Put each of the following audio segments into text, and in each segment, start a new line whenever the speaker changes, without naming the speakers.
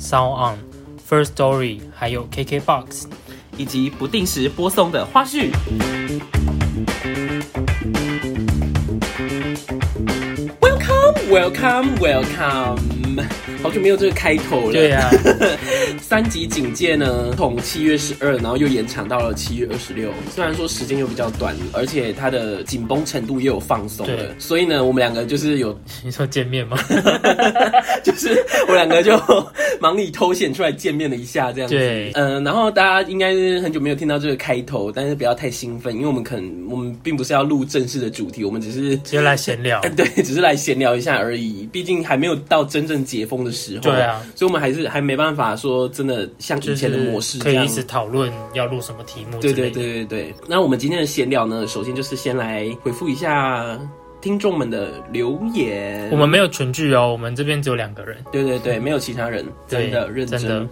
Sound On、First Story，还有 KKBox。
以及不定时播送的花絮。Welcome, welcome, welcome！好久没有这个开头了。
对呀、
三级警戒呢，从七月十二，然后又延长到了七月二十六。虽然说时间又比较短，而且它的紧绷程度也有放松
对
了，所以呢，我们两个就是有，
你说见面吗？
就是我两个就 忙里偷闲出来见面了一下，这样子。
对
嗯，然后大家应该是很久没有听到这个开头，但是不要太兴奋，因为我们可能我们并不是要录正式的主题，我们只是
直接来闲聊。
对，只是来闲聊一下而已。毕竟还没有到真正解封的时候，
对啊，
所以我们还是还没办法说真的像
就
以前的模式
是可
这
以
样。
一直讨论要录什么题目之
对
类的。
对对对对。那我们今天的闲聊呢，首先就是先来回复一下听众们的留言。
我们没有群聚哦，我们这边只有两个人。
对对对，没有其他人，真的
对
认
真的。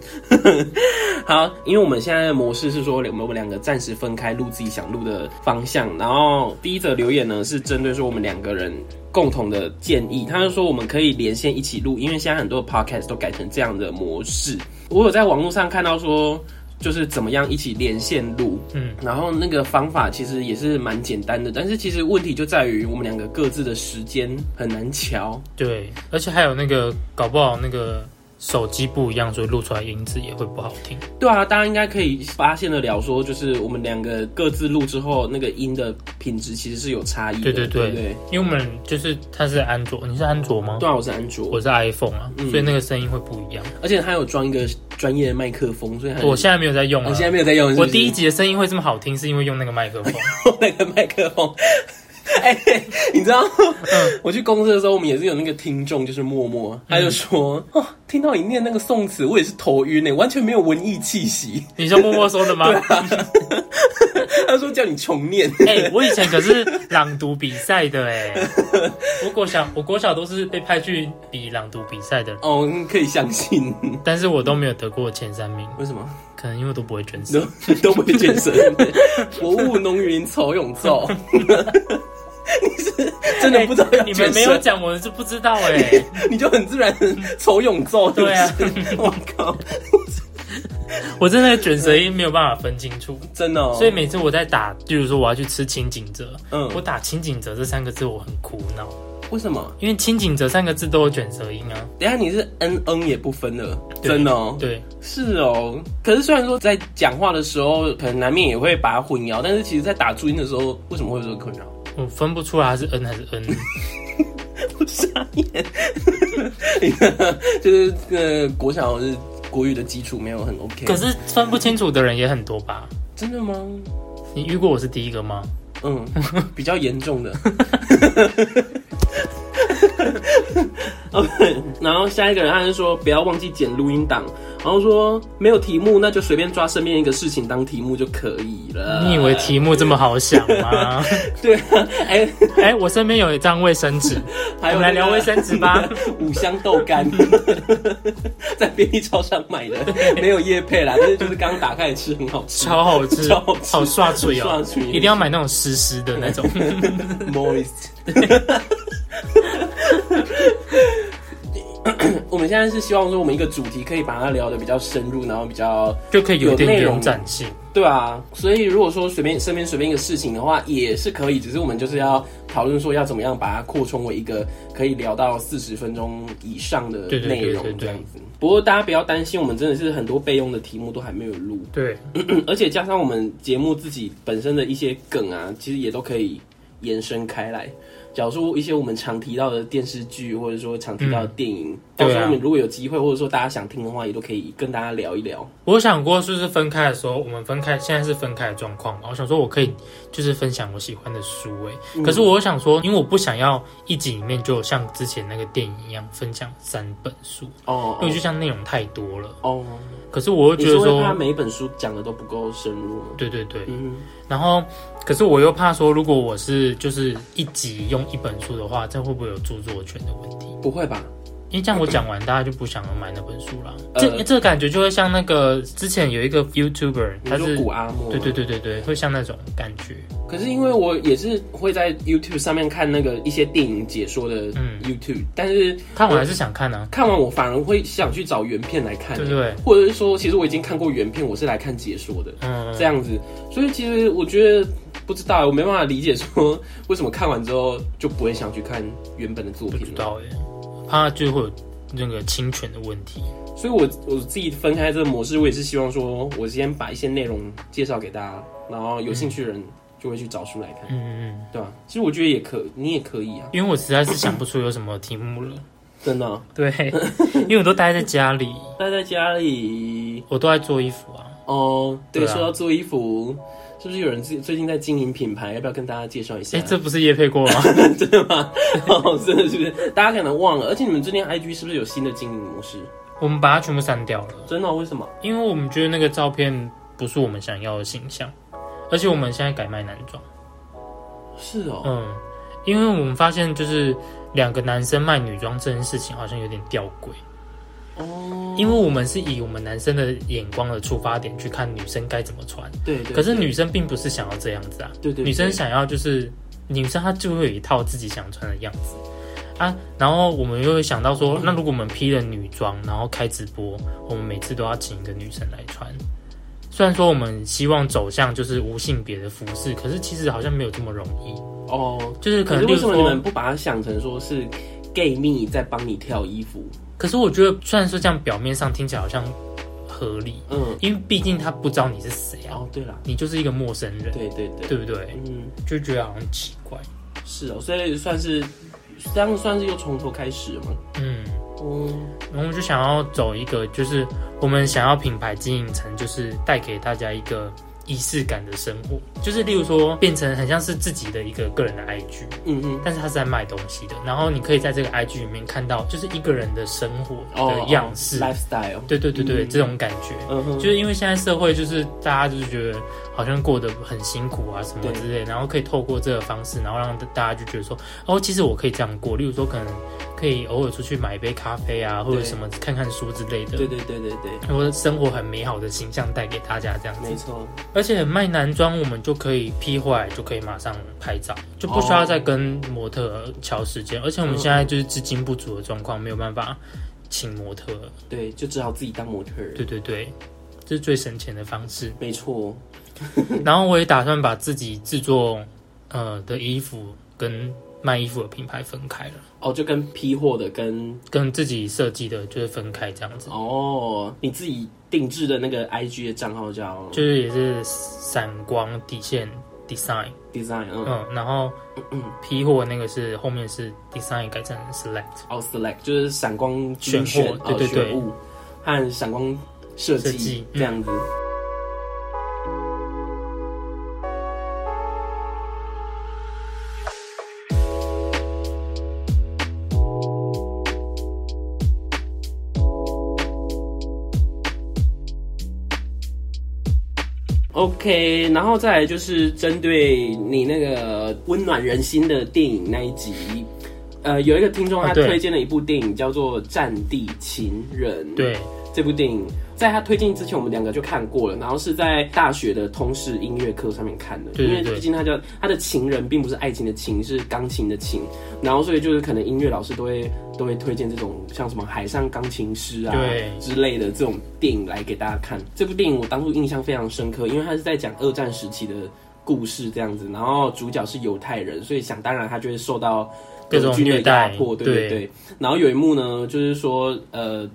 好，因为我们现在的模式是说，我们两个暂时分开录自己想录的方向。然后第一则留言呢，是针对说我们两个人共同的建议，他是说我们可以连线一起录，因为现在很多 podcast 都改成这样的模式。我有在网络上看到说，就是怎么样一起连线录，
嗯，
然后那个方法其实也是蛮简单的，但是其实问题就在于我们两个各自的时间很难瞧。
对，而且还有那个，搞不好那个手机不一样，所以录出来音质也会不好听。
对啊，大家应该可以发现得了，说就是我们两个各自录之后，那个音的品质其实是有差异的。
对对哦
对
对
对
因为我们就是它是安卓，你是安卓吗？
对啊，我是安卓
我，是 iPhone 啊，
嗯
所以那个声音会不一样。
而且它有装一个专业的麦克风，所以很
我现在没有在用
我
啊
现。在没有在用。是不
我
是
第一集的声音会这么好听，是因为用那个麦 克风。
那个麦克风。 哎、你知道，
嗯
我去公司的时候，我们也是有那个听众，就是默默，他就说：“哦，听到你念那个宋词，我也是头晕呢，完全没有文艺气息。
你是默默说的吗？”
啊他说叫你重念，
哎、我以前可是朗读比赛的 哎、我国小我国小都是被派去比朗读比赛的，
哦，可以相信。
但是我都没有得过前三名，
为什么？
可能因为都不会卷 舌。
都都不会健身，薄雾浓云愁永 昼。你是真的不知道要
哎你们
健
没有
身，
讲，我是不知道哎、
你就很自然愁永昼，
对啊
是 不是， 我靠，
我真的卷舌音没有办法分清楚。
真的、哦，
所以每次我在打，比如说我要去吃青井泽，
嗯
我打青井泽这三个字我很苦恼，
为什么？
因为青井泽三个字都有卷舌音啊。
等一下你是嗯嗯也不分了，
对
真的哦，
对，
是哦。可是虽然说在讲话的时候，可能难免也会把它混淆，但是其实在打注音的时候，为什么会有这个困扰？
我分不出来它是 n 还是 n，
我傻眼， 就是呃，国小是国语的基础没有很 OK，
可是分不清楚的人也很多吧？
真的吗？
你遇过我是第一个吗？
嗯，比较严重 的。OK，然后下一个人他是说不要忘记剪录音档，然后说没有题目那就随便抓身边一个事情当题目就可以了。
你以为题目这么好想 吗？
对啊？哎、
哎、我身边有一张卫生纸，
还有
我们来聊卫生纸吧。
五香豆干， 在便利超商买的，没有叶配啦，但是就是刚刚打开来吃，很好吃。
超好 吃，
超好吃
好刷嘴
好刷，
哦
嘴
一定要买那种湿湿的 那种。
moist。我们现在是希望说，我们一个主题可以把它聊得比较深入，然后比较
就可以有一
有
点
内容
延展性。
对啊。所以如果说随便身边随便一个事情的话，也是可以，只是我们就是要讨论说要怎么样把它扩充为一个可以聊到四十分钟以上的
对对对
内容
对对
这样子。不过大家不要担心，我们真的是很多备用的题目都还没有录，
对，
而且加上我们节目自己本身的一些梗啊，其实也都可以延伸开来。假如说一些我们常提到的电视剧，或者说常提到的电影，
对
到
啊
时候我们如果有机会，或者说大家想听的话，也都可以跟大家聊一聊。
我想过，就是分开的时候，我们分开，现在是分开的状况嘛。我想说，我可以就是分享我喜欢的书诶、
嗯
可是我想说，因为我不想要一集里面就像之前那个电影一样分享三本书，
哦
因为就像内容太多了。
哦，
可是我又
你
觉得
是会
说，
怕每一本书讲的都不够深入吗？
对对对，
嗯，
然后可是我又怕说，如果我是就是一集用一本书的话，这会不会有著作权的问题？
不会吧？
因为这样我讲完，大家就不想要买那本书了。
呃
这这感觉就会像那个之前有一个 YouTuber，
你
他
说
是
古阿莫？啊
对对。对对对，会像那种感觉。
可是因为我也是会在 YouTube 上面看那个一些电影解说的
嗯
YouTube，、但是
看我还是想看啊，
看完我反而会想去找原片来看啊
对，不对？
或者是说，其实我已经看过原片，我是来看解说的。
嗯
这，样子，所以其实我觉得不知道，我没办法理解说为什么看完之后就不会想去看原本的作
不
品
知
了。
道耶，怕就会有那个侵权的问题。
所以我我自己分开这个模式，我也是希望说，我先把一些内容介绍给大家，然后有兴趣的人就会去找书来看，
嗯嗯嗯，
对吧、其实我觉得也可，你也可以啊，
因为我实在是想不出有什么题目了。
真的啊、
对， 因为我都待在家里，
待在家里，
我都在做衣服啊。
哦，对，
对啊
说到做衣服，是不是有人最最近在经营品牌？要不要跟大家介绍一下？
哎，这不是叶配过吗？
真的吗？ 哦，真的是不是？大家可能忘了，而且你们最近 IG 是不是有新的经营模式？
我们把它全部删掉了，
真的哦、为什么？
因为我们觉得那个照片不是我们想要的形象，而且我们现在改卖男装。
是哦，
嗯，因为我们发现就是两个男生卖女装这件事情好像有点吊诡。
哦，
因为我们是以我们男生的眼光的出发点去看女生该怎么穿，
对对，
可是女生并不是想要这样子啊，
对对对
女生想要就是女生她就会有一套自己想穿的样子啊，然后我们又会想到
嗯
说，那如果我们披了女装，然后开直播，我们每次都要请一个女生来穿。虽然说我们希望走向就是无性别的服饰，可是其实好像没有这么容易。
哦，
就是可
可
能
是
例
为
如
什么你
说
们，不把它想成说是 gay 蜜在帮你挑衣服？
可是我觉得虽然说这样表面上听起来好像合理，
嗯，
因为毕竟他不知道你是谁啊，
哦，对啦，
你就是一个陌生人，
对对对，
对不对？
嗯，
就觉得好像很奇怪。
是哦，所以算是这样，算是又从头开始了嘛。
嗯，
嗯，
然后我就想要走一个，就是我们想要品牌经营成，就是带给大家一个仪式感的生活，就是例如说变成很像是自己的一个个人的 IG，
嗯嗯，
但是它是在卖东西的，然后你可以在这个 IG 里面看到就是一个人的生活
哦
的样式，
，lifestyle，
对对对对，
嗯
这种感觉。
嗯哼，
就是因为现在社会就是大家就是觉得好像过得很辛苦啊什么之类，然后可以透过这个方式，然后让大家就觉得说，哦，其实我可以这样过。例如说，可能可以偶尔出去买一杯咖啡啊，或者
对
什么看看书之类的，
对对对对对，
或者生活很美好的形象带给大家这样
没
子。
错，
而且卖男装，我们就可以批回来，就可以马上拍照，就不需要再跟模特调时间。而且我们现在就是资金不足的状况，没有办法请模特。
对，就只好自己当模特儿，
对对对，这是最省钱的方式。
没错，
然后我也打算把自己制作呃的衣服跟卖衣服的品牌分开了，
哦，就跟批货的跟
跟自己设计的就是分开这样子，
哦，你自己定制的那个 IG 的账号叫
就是也是闪光底线 design，
design，嗯，
嗯，然后批货那个是后面是 design 改成 select，
哦，select 就是闪光精
选货
哦
对对对
选物和闪光设
设
计
计嗯
这样子。OK，然后再来就是针对你那个温暖人心的电影那一集，呃，有一个听众他
啊对
推荐了一部电影叫做《战地情人》。，
对，
这部电影在他推荐之前，我们两个就看过了，然后是在大学的通识音乐课上面看的。
对对
因
对
为毕竟他叫他的情人并不是爱情的情，是钢琴的琴，然后所以就是可能音乐老师都会都会推荐这种像什么海上钢琴师啊
对
之类的这种电影来给大家看。这部电影我当初印象非常深刻，因为它是在讲二战时期的。故事这样子，然后主角是犹太人，所以想当然他就会受到
各种
德军的
虐待
压迫，对对
对
对。然后有一幕呢，就是说，呃，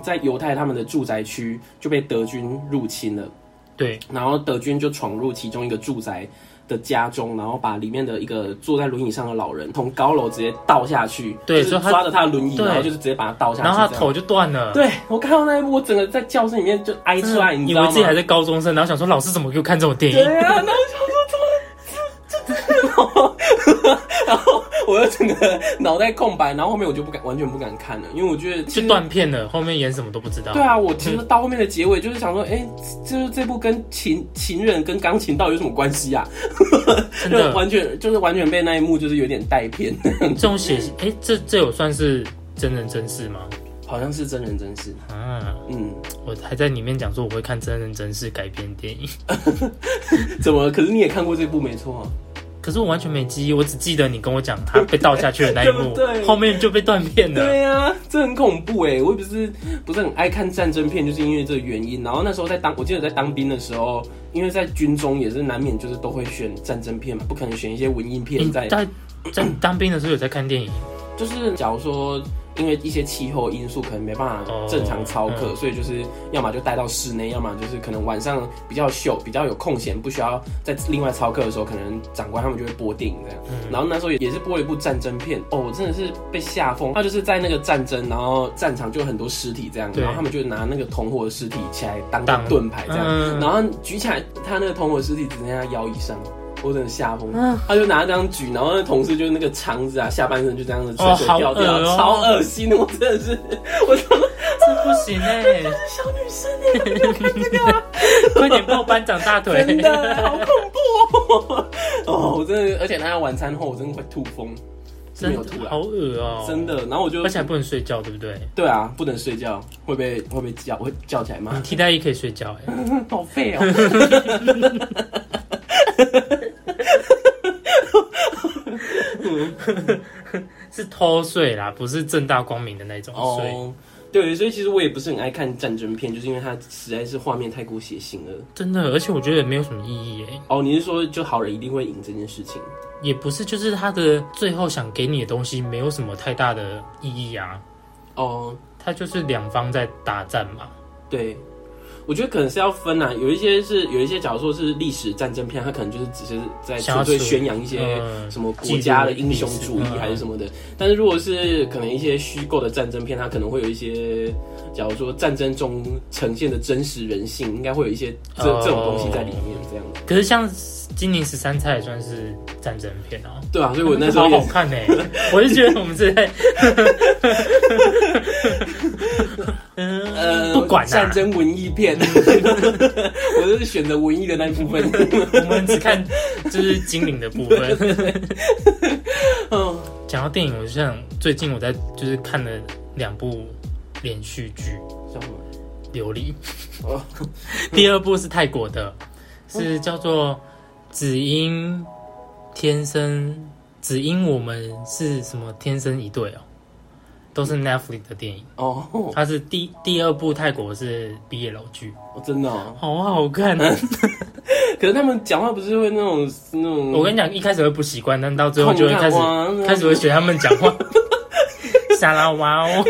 在犹太他们的住宅区就被德军入侵了，
对，
然后德军就闯入其中一个住宅，的家中，然后把里面的一个坐在轮椅上的老人从高楼直接倒下去，
对
就
所
是
以他
抓着他的轮椅，
对
然后就是直接把他倒下去，
然后他
这样
头就断了。
对我看到那一幕，我整个在教室里面就哀出来，你
以
知道
为
吗？
自己还在高中生，然后想说老师怎么给我看这种电
对
影？
啊，然后想说怎么这这这这，然后 我就整个脑袋空白，然后后面我就不敢，完全不敢看了，因为我觉得其
就
实
断片了，后面演什么都不知道。
对啊，我其实到后面的结尾就是想说，哎、就是这部跟情情人跟钢琴到底有什么关系啊？
真
就
的，
完全就是完全被那一幕就是有点带偏，
这种写，哎、这这有算是真人真事吗？
好像是真人真事，
啊，
嗯，
我还在里面讲说我会看真人真事改编电影，
怎么？可是你也看过这部没错、啊，
可是我完全没记忆，我只记得你跟我讲他被倒下去的那一
对
幕
不， 对
后面就被断片了。
对呀、啊，这很恐怖哎、我也不是不是很爱看战争片，就是因为这个原因。然后那时候在当，我记得在当兵的时候，因为在军中也是难免就是都会选战争片嘛，不可能选一些文艺片
你
在
在，在当兵的时候有在 看电影，
就是假如说。因为一些气候因素，可能没办法
哦
正常操课，所以就是要么就带到室内，要么就是可能晚上比较秀，比较有空闲，不需要在另外操课的时候，可能长官他们就会播电影这样。
嗯
然后那时候也也是播了一部战争片，哦，我真的是被吓疯。他就是在那个战争，然后战场就有很多尸体这样，
对
然后他们就拿那个同伙的尸体起来当
当
盾牌这样，
嗯
然后举起来，他那个同伙尸体只剩下腰以上。我真的吓疯，他就拿这样举，然后那同事就是那个肠子啊，下半身就这样子垂
哦
垂
好
掉掉，
恶哦
超恶心的，我真的是，我真的
这不行哎、
小女生
快点抱班长大腿，
真的好恐怖哦！ 哦，我真的，而且他晚餐后我真的会吐风，是没有
真
吐啦
的好，恶哦、
真
的，
的。然后我就
而且还不能睡觉，对不对？
对啊，不能睡觉，会被会被叫，会叫起来 骂
你，替代役可以睡觉哎、
好废哦。
是偷睡啦，不是正大光明的那种睡。
哦，对，所以其实我也不是很爱看战争片，就是因为它实在是画面太过血腥了。
真的，而且我觉得也没有什么意义诶，
哦，你是说就好人一定会赢这件事情？
也不是，就是他的最后想给你的东西没有什么太大的意义啊，
哦，
他就是两方在打战嘛。
对，我觉得可能是要分啊，有一些是有一些，假如说是历史战争片，它可能就是只是在纯
想要
粹
出
宣扬一些
嗯
什么国家的英雄主义
嗯
还是什么的。但是如果是可能一些虚构的战争片，它可能会有一些，假如说战争中呈现的真实人性，应该会有一些这
哦
这种东西在里面，这样子。
可是像《金陵十三钗》也算是战争片啊，
对啊，所以我那时候
好
也
好看 哎、我就觉得我们是在
呃
不管啊
战争文艺 片，我就是选择文艺的那一部分。
我们只看就是精灵的部分。
嗯，
讲到电影，我就想最近我在就是看了两部连续剧，
叫什么？
《琉璃》
哦，
第二部是泰国的，是叫做《只因天生只因我们是什么天生一对》哦，都是 Netflix 的电影。
哦，
它是第第二部泰国是 BL 剧，
真的、哦。
好好看啊！
可是他们讲话不是会那种那种，
我跟你讲，一开始会不习惯，但到最后就会开始
控制
开始会学他们讲话。沙拉哇哦！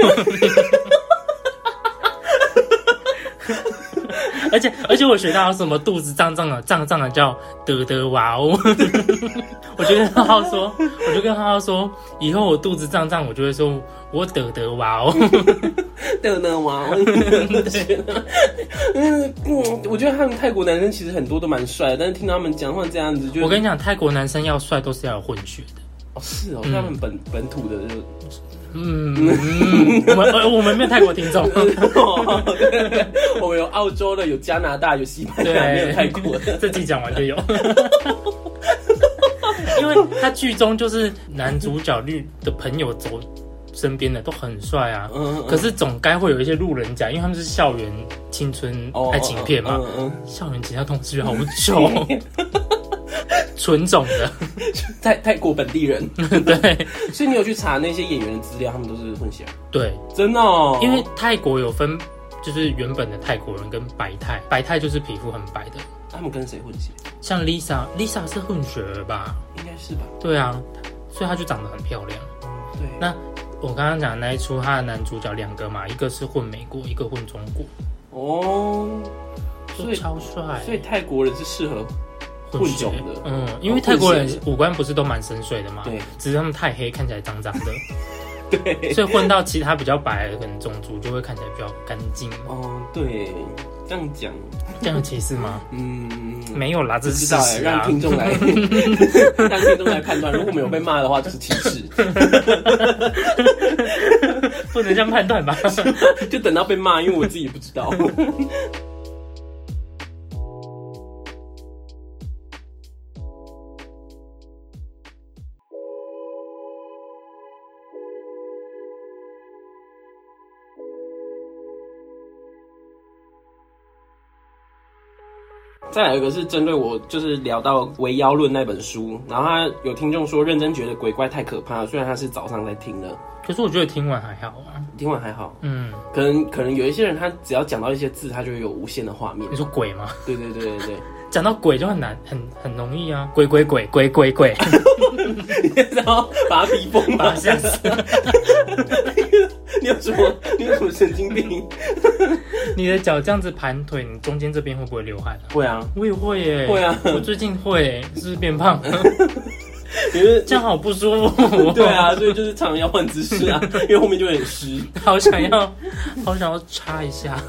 而且而且我学到什么肚子胀胀的胀胀的叫德德哇哦，我就跟浩浩说，我就跟浩浩说，以后我肚子胀胀，我就会说我德德哇哦。
的呢吗？嗯嗯，我觉得他们泰国男生其实很多都蛮帅的，但是听到他们讲话这样子就，
我跟你讲，泰国男生要帅都是要有混血的。
哦是哦，是他们本、本土的就
嗯，嗯我们呃我们没有泰国听众，
我们有澳洲的，有加拿大，有西班牙， 没有
对，
泰 国的。
这集讲完就有。因为他剧中就是男主角绿的朋友走身边的都很帅啊，
嗯，
可是总该会有一些路人甲，因为他们是校园青春爱情片嘛，
哦嗯
校园其他同学好 丑，纯种的，
嗯，泰泰国本地人，
对
所以你有去查那些演员的资料，他们都是混血儿，
对，
真的哦，
因为泰国有分。就是原本的泰国人跟白泰，白泰就是皮肤很白的，
他们跟谁混血，
像 Lisa，Lisa 是混血儿吧？
应该是吧？
对啊，所以她就长得很漂亮。
对，
那我刚刚讲的那一出，他的男主角两个嘛，一个是混美国，一个混中国，
哦，所
都
以
超帅。
所以泰国人是适合混种的，
嗯，因为
哦
泰国人
混血
五官不是都蛮深邃的嘛，
对，
只是他们太黑，看起来脏脏 的，对，所以混到其他比较白的可能种族就会看起来比较干净。
哦，对，这样讲，
这样有歧视吗？
嗯，
没有啦，这
不知
是事
道哎，
实啊
让。听众来， 让听众来判断。如果没有被骂的话，就是歧视，
不能这样判断吧？
就等到被骂，因为我自己也不知道。再来一个是针对我，就是聊到《围妖论》那本书，然后他有听众说认真觉得鬼怪太可怕了，虽然他是早上在听的，
可是我觉得听完还好啊。
听完还好，
嗯，
可能可能有一些人他只要讲到一些字，他就会有无限的画面
你。说鬼吗？
对对对对
讲到鬼就很难，很很容易啊。鬼鬼鬼鬼鬼鬼，
对，然后把他逼疯
把
嘛
它。吓死！
你有什么你有什么神经病？
你的脚这样子盘腿，你中间这边会不会流汗啊？
会啊，
我也会耶、
会啊
我最近会耶、是不是变 胖？
因为
这样好不舒服。
对，啊，所以就是常常要换姿势啊， 因为后面就会很湿。
好想要，好想要插一下。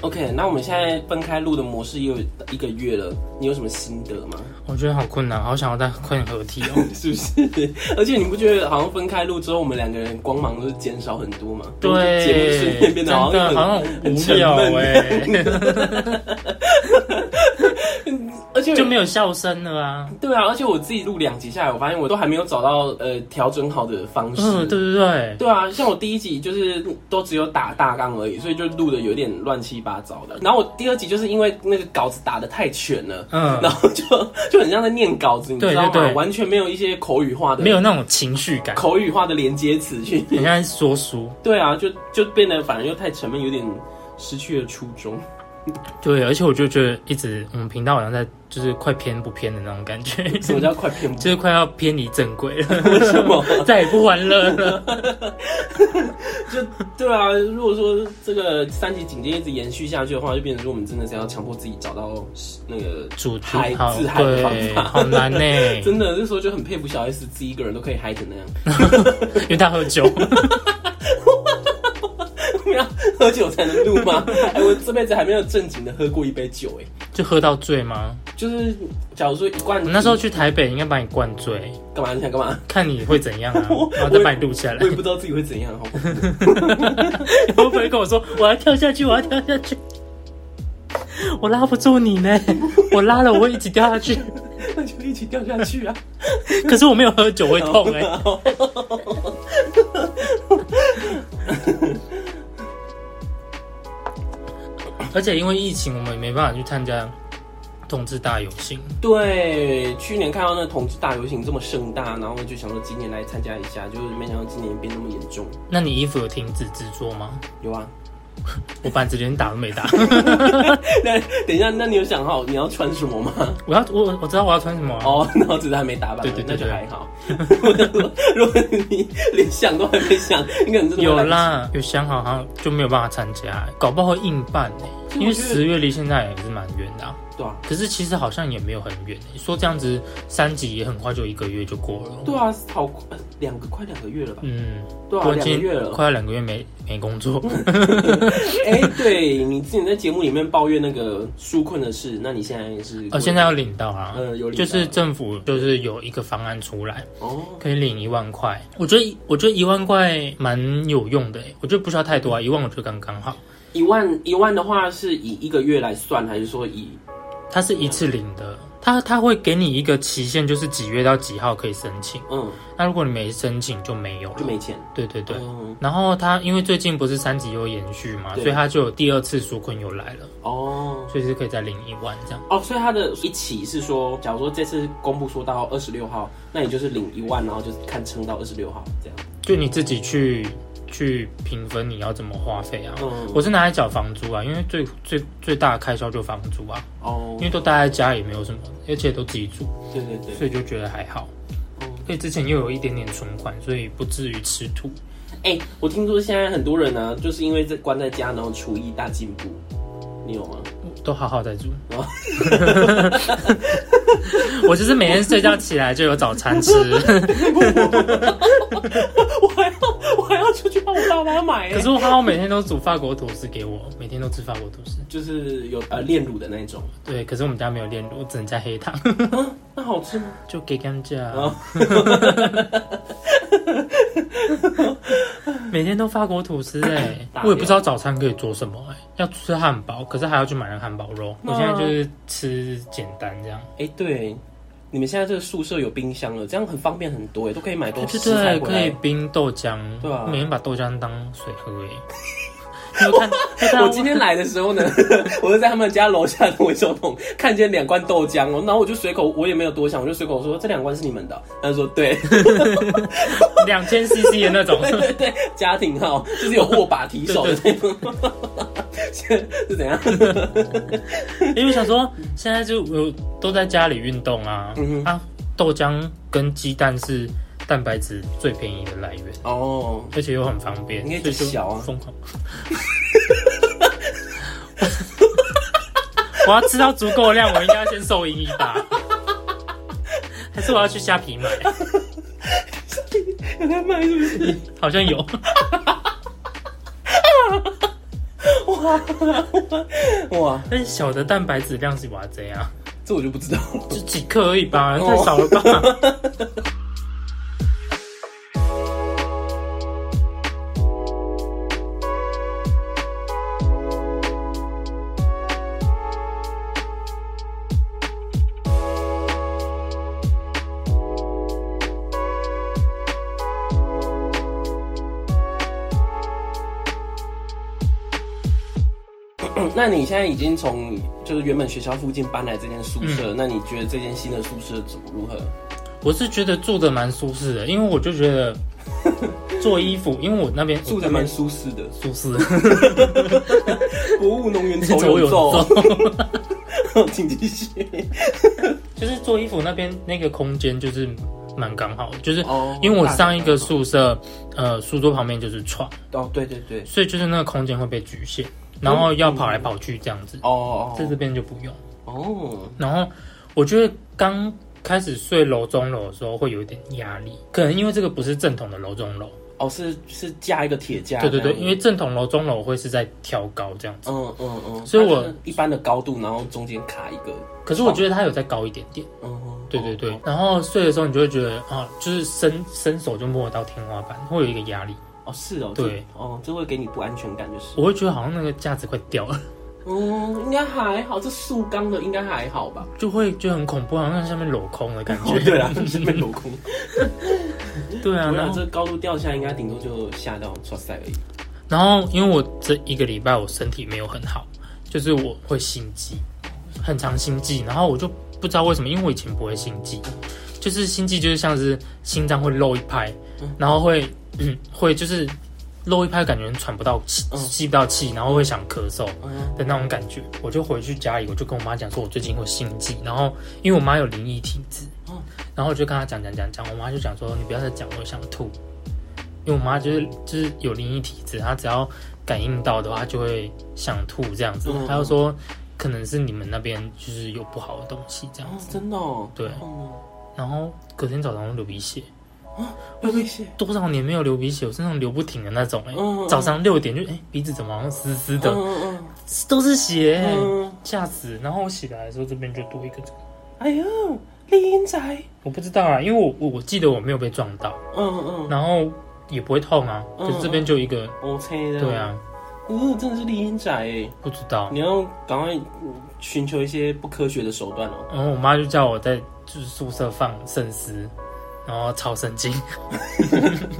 OK，那我们现在分开录的模式也有一个月了，你有什么心得吗？
我觉得好困难，好想要再快点合体 哦。
是不是？而且你不觉得好像分开录之后，我们两个人光芒都是减少很多吗？
对，
节目瞬间变得好像
真的
很
好像
很
无
沉
聊
闷
哎、
而且
就没有笑声了 啊。
对啊，而且我自己录两集下来，我发现我都还没有找到呃调整好的方式。
嗯，对对对，
对啊，像我第一集就是都只有打大纲而已，所以就录的有点乱七八糟的。然后我第二集就是因为那个稿子打的太全了，
嗯
然后就 就很像在念稿子，你
对
知道吗？
对对
完全没有一些口语化的，
没有那种情绪感，
口语化的连接词去。
很像在说书。
对啊，就就变得反而又太沉闷，有点失去了初 衷。
对，而且我就觉得一直我们频道好像在就是快偏不偏的那种感觉，
什么叫快偏不？
就是快要偏离正轨了，
为什么？
再也不玩乐了。
就对啊，如果说这个三级警戒一直延续下去的话，就变成说我们真的是要强迫自己找到那个
主题
嗨
好
自嗨的
对
方，法。
好难呢、
真的，那时候就很佩服小 S 自己一个人都可以嗨成那样。
因为他喝酒。
我们要喝酒才能录吗？哎，我这辈子还没有正经的喝过一杯酒、哎，
就喝到醉吗？
就是假如说一 罐，
我那时候去台北，应该把你灌醉，
干嘛？你想干嘛？
看你会怎样啊，然后再把你录下来
我。也不知道自己会怎样，好不好？
你会不会跟 我说我要跳下去，我要跳下去？ 我拉不住你 呢，我拉了我会一起掉下去，
那就一起掉下去啊！
可是我没有喝酒会痛
哦
哎、 而且因为疫情，我们也没办法去参加同志大游行，
对，去年看到那同志大游行这么盛大，然后就想说今年来参加一下，就是没想到今年变那么严重。
那你衣服有停止制作吗？
有啊，
我板子连打都 没打，
那等一下，那你有想好你要穿什么吗？
我要我我知道我要穿什么啊、
哦，然后只是还没打扮，
对对对
那就还好。 我想说，如果你连想都还没想，你可能真的
有
会来
啦，有想好，好像就没有办法参加，搞不好会硬办呢、
其实我
因为
觉得
十月离现在也是蛮远的、啊，
不及，对啊，
可是其实好像也没有很远、欸说这样子，三级也很快就一个月就过了。
对啊，好呃两个快两个月了吧？
嗯，
对啊，
我已
两个
经
月了。
快要两个月没没工 作。
哎，对你之前在节目里面抱怨那个纾困的事，那你现在也是
呃，现在要领到啊，
嗯有领到
就是政府就是有一个方案出来，
哦，
可以领一万块。我觉得我觉得一万块蛮有用的、欸，我觉得不需要太多啊，一万我觉得刚刚好。
一万一万的话是以一个月来算，还是说以
它是一次领的，它它会给你一个期限，就是几月到几号可以申请。
嗯
那如果你没申请就没有
就
了。
没钱？
对对对。
嗯
然后它因为最近不是三级又延续嘛，
对
所以它就有第二次纾困又来了，
哦。
所以是可以再领一万这样。
哦，所以他的一起是说，假如说这次公布说到二十六号，那你就是领一万，然后就是看撑到二十六号这样。
就你自己去去评分你要怎么花费啊。
嗯，
我是拿来缴房租啊，因为最最最大的开销就房租啊，
哦
因，为都待在家也没有什么，而且都自己住，
对对对，
所以就觉得还好。
嗯
所以之前又有一点点存款，所以不至于吃土。
哎、我听说现在很多人呢、啊，就是因为在关在家，然后厨艺大进步。你有吗？
都好好在住
哦。
我就是每天睡觉起来就有早 餐吃，
我还要我还要出去帮我爸妈买欸、
可是我妈妈每天都煮法国吐司给我，每天都吃法国吐司。
就是有呃炼乳的那一种，
对，可是我们家没有炼乳，只能加 黑糖，
那好吃吗？
就给干加
哦。
每天都法国吐司哎、
打
我也不
掉
知道早餐可以做什么哎、要吃汉堡，可是还要去买那个汉堡肉。我现在就是吃简单这样，
哎、对，你们现在这个宿舍有冰箱了，这样很方便很多、欸，都可以买
对
东西
对
食材
对，
回
可以
来。
冰豆浆，
对啊
我每天把豆浆当水喝 哎、你有看？你有看 到
我今天来的时 候呢，我就在他们家楼下的回收桶 看见两罐豆浆哦，然后我就随口，我也没有多想，我就随口说这两罐是你们的 哦，他就说对，
两千 CC 的那种，
对对对，家庭号就是有握把提手的那种， 是怎样？
因为想说现在就我都在家里运动啊，
嗯哼
啊，豆浆跟鸡蛋是蛋白质最便宜的来源，
哦，
而且又很方便，
你可以
所以就
小啊
疯狂。 我要吃到足够的量，我应该要先收银一把，还是我要去虾皮买？
有在卖是不是？
好像有，
哇 哇，
但是小的蛋白质量是哇这 样，
这我就不知道了。
就几克而已吧，
哦
太少了吧？
那你现在已经从就是原本学校附近搬来这间宿舍，那你觉得这间新的宿舍怎么如何？
我是觉得住的蛮舒适的，因为我就 觉得做衣服，因为我那边
住的蛮舒适 的，
舒适，
国务农 园
走
愁
有
有
走
奏，， 请继续。
就是做衣服那边那个空间就是蛮刚好的，就是
哦
因为我上一个宿舍，呃，书桌旁边就是床，
哦，对对对，
所以就是那个空间会被局限，然后要跑来跑去这样子，
嗯哦
在这边就不用。
哦哦，
然后我觉得刚开始睡楼中楼的时候会有一点压力，可能因为这个不是正统的楼中楼，
哦是是架一个铁架这
对
样，
对啊对，因为正统楼中楼会是在挑高这样子，
嗯嗯嗯，
所以我
它就是一般的高度，然后中间卡一个，
可是我觉得它有再高一点点。
嗯，
对对对，然后睡的时候你就会觉得啊，就是伸伸手就摸得到天花板，会有一个压力，
哦是哦，
对
这，哦这会给你不安全感，就是，
我会觉得好像那个架子快掉了，
嗯，应该还好，这塑钢的应该还好吧？
就会觉得很恐怖，好像下面镂空的感觉。
哦对啦，是被镂 空，
对啊，
我
然
想
后
这高度掉下来应该顶多就吓到摔塞而已。
然后因为我这一个礼拜我身体没有很好，就是我会心悸，很常心悸，然后我就不知道为什么，因为我以前不会心悸，就是心悸就是像是心脏会漏一拍，然后会、嗯、会就是漏一拍，感觉喘不到气，
嗯
吸不到气，然后会想咳嗽。
嗯，
的那种感觉，我就回去家里，我就跟我妈讲说，我最近会心悸，然后因为我妈有灵异体质
哦，
然后我就跟她讲讲讲讲，我妈就讲说，你不要再讲，我想吐，因为我妈就是就是有灵异体质，她只要感应到的话，她就会想吐这样子
嗯嗯，
她就说可能是你们那边就是有不好的东西这样
哦
子，
真的哦，
对
哦，
然后隔天早上我流鼻血，
有危险。
多少年没有流鼻血，我身上流不停的那种、欸，
嗯嗯
早上六点就哎、鼻子怎么好像湿湿的，
嗯
都是血、
嗯
欸。
嗯，
吓死！然后我起来的时候，这边就多一个这个，
哎呦，丽英仔，
我不知道啊，因为我我我记得我没有被撞到，
嗯嗯，
然后也不会痛啊，
嗯
可是这边就一个，
我猜的，
对，啊，
嗯，真的是丽英仔哎，
不知道。
你要赶快寻求一些不科学的手段哦。
然后我妈就叫我在就是宿舍放圣诗，然后超神经。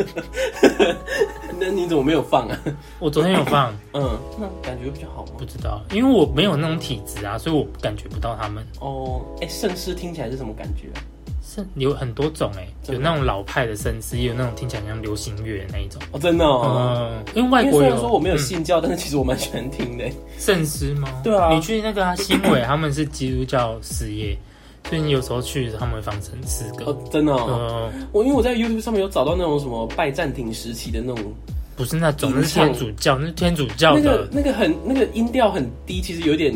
那你怎么没有放啊？
我昨天有放，
嗯，那感觉比较好吗？
不知道，因为我没有那种体质啊，所以我感觉不到他们。
哦，哎，圣诗听起来是什么感觉啊？
是有很多种哎、
真的
有那种老派的圣诗，也有那种听起来像流行乐的那一种。
哦，真的哦。
嗯，因为
因
外
为
国
虽
有
然说我没有
嗯
信教，但是其实我蛮喜欢听的。欸
圣诗吗？
对啊
你去那个啊新伟，他们是基督教事业，所以你有时候去他们会放圣诗歌。
哦，真的哦。
呃，嗯
我因为我在 YouTube 上面有找到那种什么拜占庭时期的那种
不是那种，
吟
那是天
唱
主教，那是天主教
那个
的
那个很那个音调很低，其实有点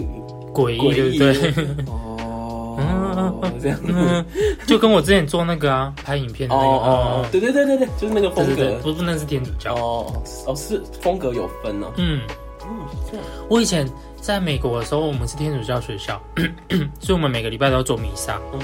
诡异，
诡
对
异
不对？
哦，这样
嗯， 就跟我之前做那个啊，拍影片的
哦
那个，
哦哦，
嗯，
对对对对对，就是那个
对
风
对对，
格。
不不，那是天主教。
哦哦，是风格有分哦。
嗯，
嗯，这样
我以前在美国的时候，我们是天主教学校， 所以我们每个礼拜都要做弥撒。
嗯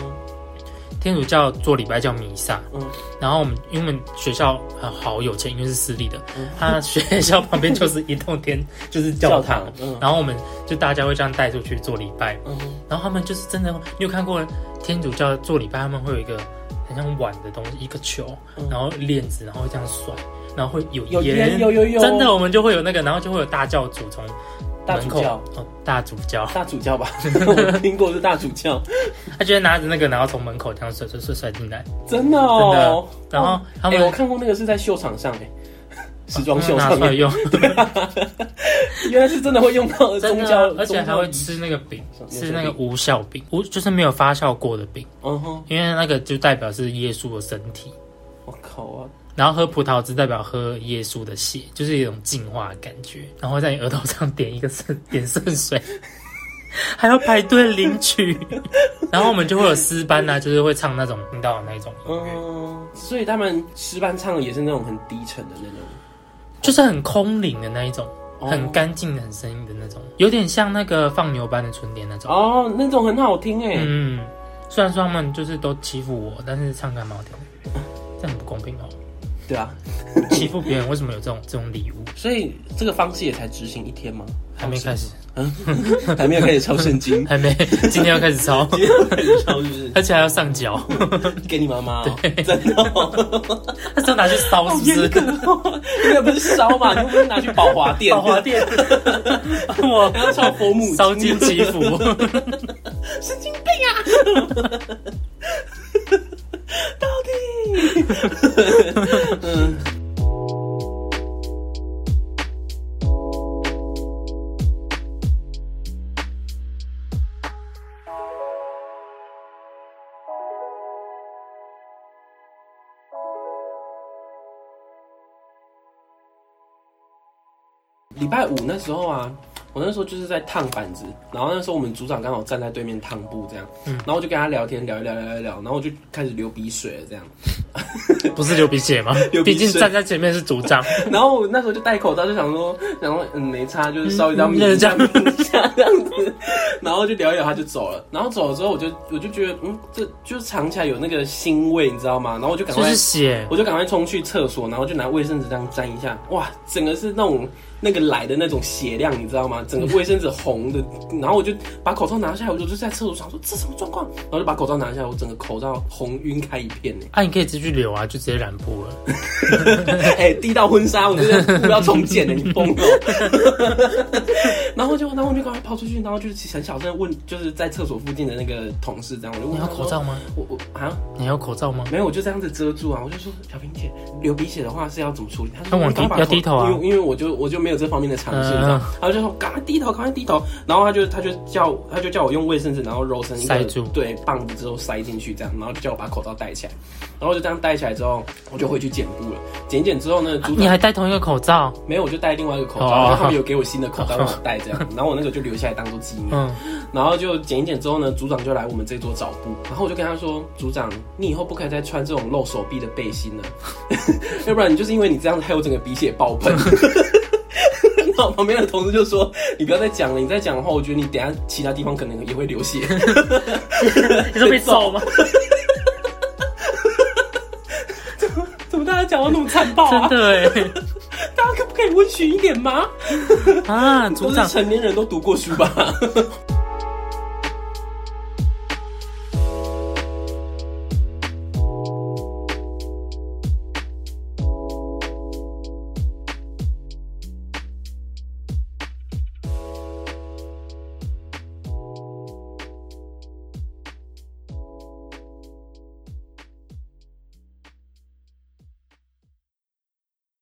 天主教做礼拜叫弥撒，
嗯
然后我们因为我们学校呃好有钱，因为是私立的，
嗯
他学校旁边就是一栋天， 就是教堂，
教堂嗯
然后我们就大家会这样带出去做礼拜，
嗯，
然后他们就是真的，你有看过天主教做礼拜，他们会有一个很像碗的东西，一个球，然后链子，然后会这样甩，然后会有
嗯有
烟，
烟有有有，
真的我哦们就会有那个，然后就会有大教主从
大
门
主
口
教
哦，大主教，
大主教吧， 我听过是大主教，
他就会拿着那个，然后从门口这样甩甩甩甩进来，
真的哦。
然后啊他
哎、
们、啊
我看过那个是在秀场上哎、 时装秀
拿
上
出来
面，
用，
原来是真的会用到
真
宗
的
教
啊，，而且
宗
还
教
会
仪式
吃那个饼，
有
吃
什么
那个
饼
无效饼，无就是没有发酵过的饼，
嗯哼，
因为那个就代表是耶稣的身体。
我靠啊，
然后喝葡萄汁代表喝耶稣的血，就是一种净化的感觉。然后在你额头上点一个圣点圣水， 还要排队领取。然后我们就会有诗班呐、就是会唱那种听到的那种音乐，
嗯，所以他们诗班唱的也是那种很低沉的那种，
就是很空灵的那一种，
哦
很干净、很生硬的那种，有点像那个放牛班的春天那种。
哦，那种很好听哎、
嗯，虽然说他们就是都欺负我，但是唱歌还蛮好听的，这很不公平哦。
对啊，
欺负别人为什么有这种这种礼物？
所以这个方式也才执行一天吗？
还没开始，，
还没有开始抄圣经
还没， 今天要开始抄。
今天要开始抄是不是？
而且还要上交，
给你妈妈哦，真的、哦，
那时候拿去烧是不是？
那哦个不是烧嘛，你又不是拿去宝华殿，
宝 华殿，我
还要唱佛母经
烧金祈福，
神经病啊！到底？嗯，礼拜五那时候啊，我那时候就是在烫板子，然后那时候我们组长刚好站在对面烫布这样，
嗯
然后我就跟他聊天，聊一聊，聊一聊，然后我就开始流鼻水了这样，
不 是流鼻血吗
流？鼻
毕
血
竟站在前面是组 长，
然后我那时候就戴口罩，就想说，然后嗯没差，就是稍微这样
嗯
抿一下，
那
抿一下这样子，然后就聊一聊，他就走了，然后走了之后，我就我就觉得嗯，这就是尝起来有那个腥味，你知道吗？然后我就赶
就
快
是血，
我就赶快冲去厕所，然后就拿卫生纸这样沾一下，哇，整个是那种那个来的那种血量，你知道吗？整个卫生纸红的，然后我就把口罩拿下来，我就在厕所想说这什么状况，然后就把口罩拿下来，我整个口罩红晕开一 片呢、
啊，你可以继续流啊，就直接染布了。
哎、滴到婚纱，我真的不要重剪了，你疯了。 然后就，然后我就赶快跑出去，然后就是很小声问，就是在厕所附近的那个同事这样，我就问
你要
他说
口罩？ 吗？
我我啊，
你要口罩吗？
没有，我就这样子遮住啊。我就说，小萍姐，流鼻血的话是要怎么处理？他说
那我
你赶快
低
把
要低头啊
因为因为我就我就没有这方面的常识，
嗯
你知道吗？然后就说赶快低头，赶快低头。然后他就他就叫他就叫我用卫生纸，然后揉成一个
塞住
对棒子之后塞进去这样，然后就叫我把口罩戴起来。然后就这样戴起来之后，我就回去剪布了。剪一剪之后呢，组
你
长
还戴同一个口罩？
没有，我就戴另外一个口
嗯哦
罩，然后他们有给我新的 口罩让我戴这样，然后我那个就留下来当做纪念。
嗯，
然后就剪一剪之后呢，组长就来我们这桌找布，然后我就跟他说：“组长，你以后不可以再穿这种露手臂的背心了， 要不然你就是因为你这样子害我整个鼻血爆喷。” 然后旁边的同事就说：“你不要再讲了，你再讲的话，我觉得你等一下其他地方可能也会流血。
你说被揍吗？
怎么大家讲话那么残暴
真
啊？
的欸
大家可不可以温驯一点吗？
哎，啊，
都
组
是
长
成年人都读过书吧？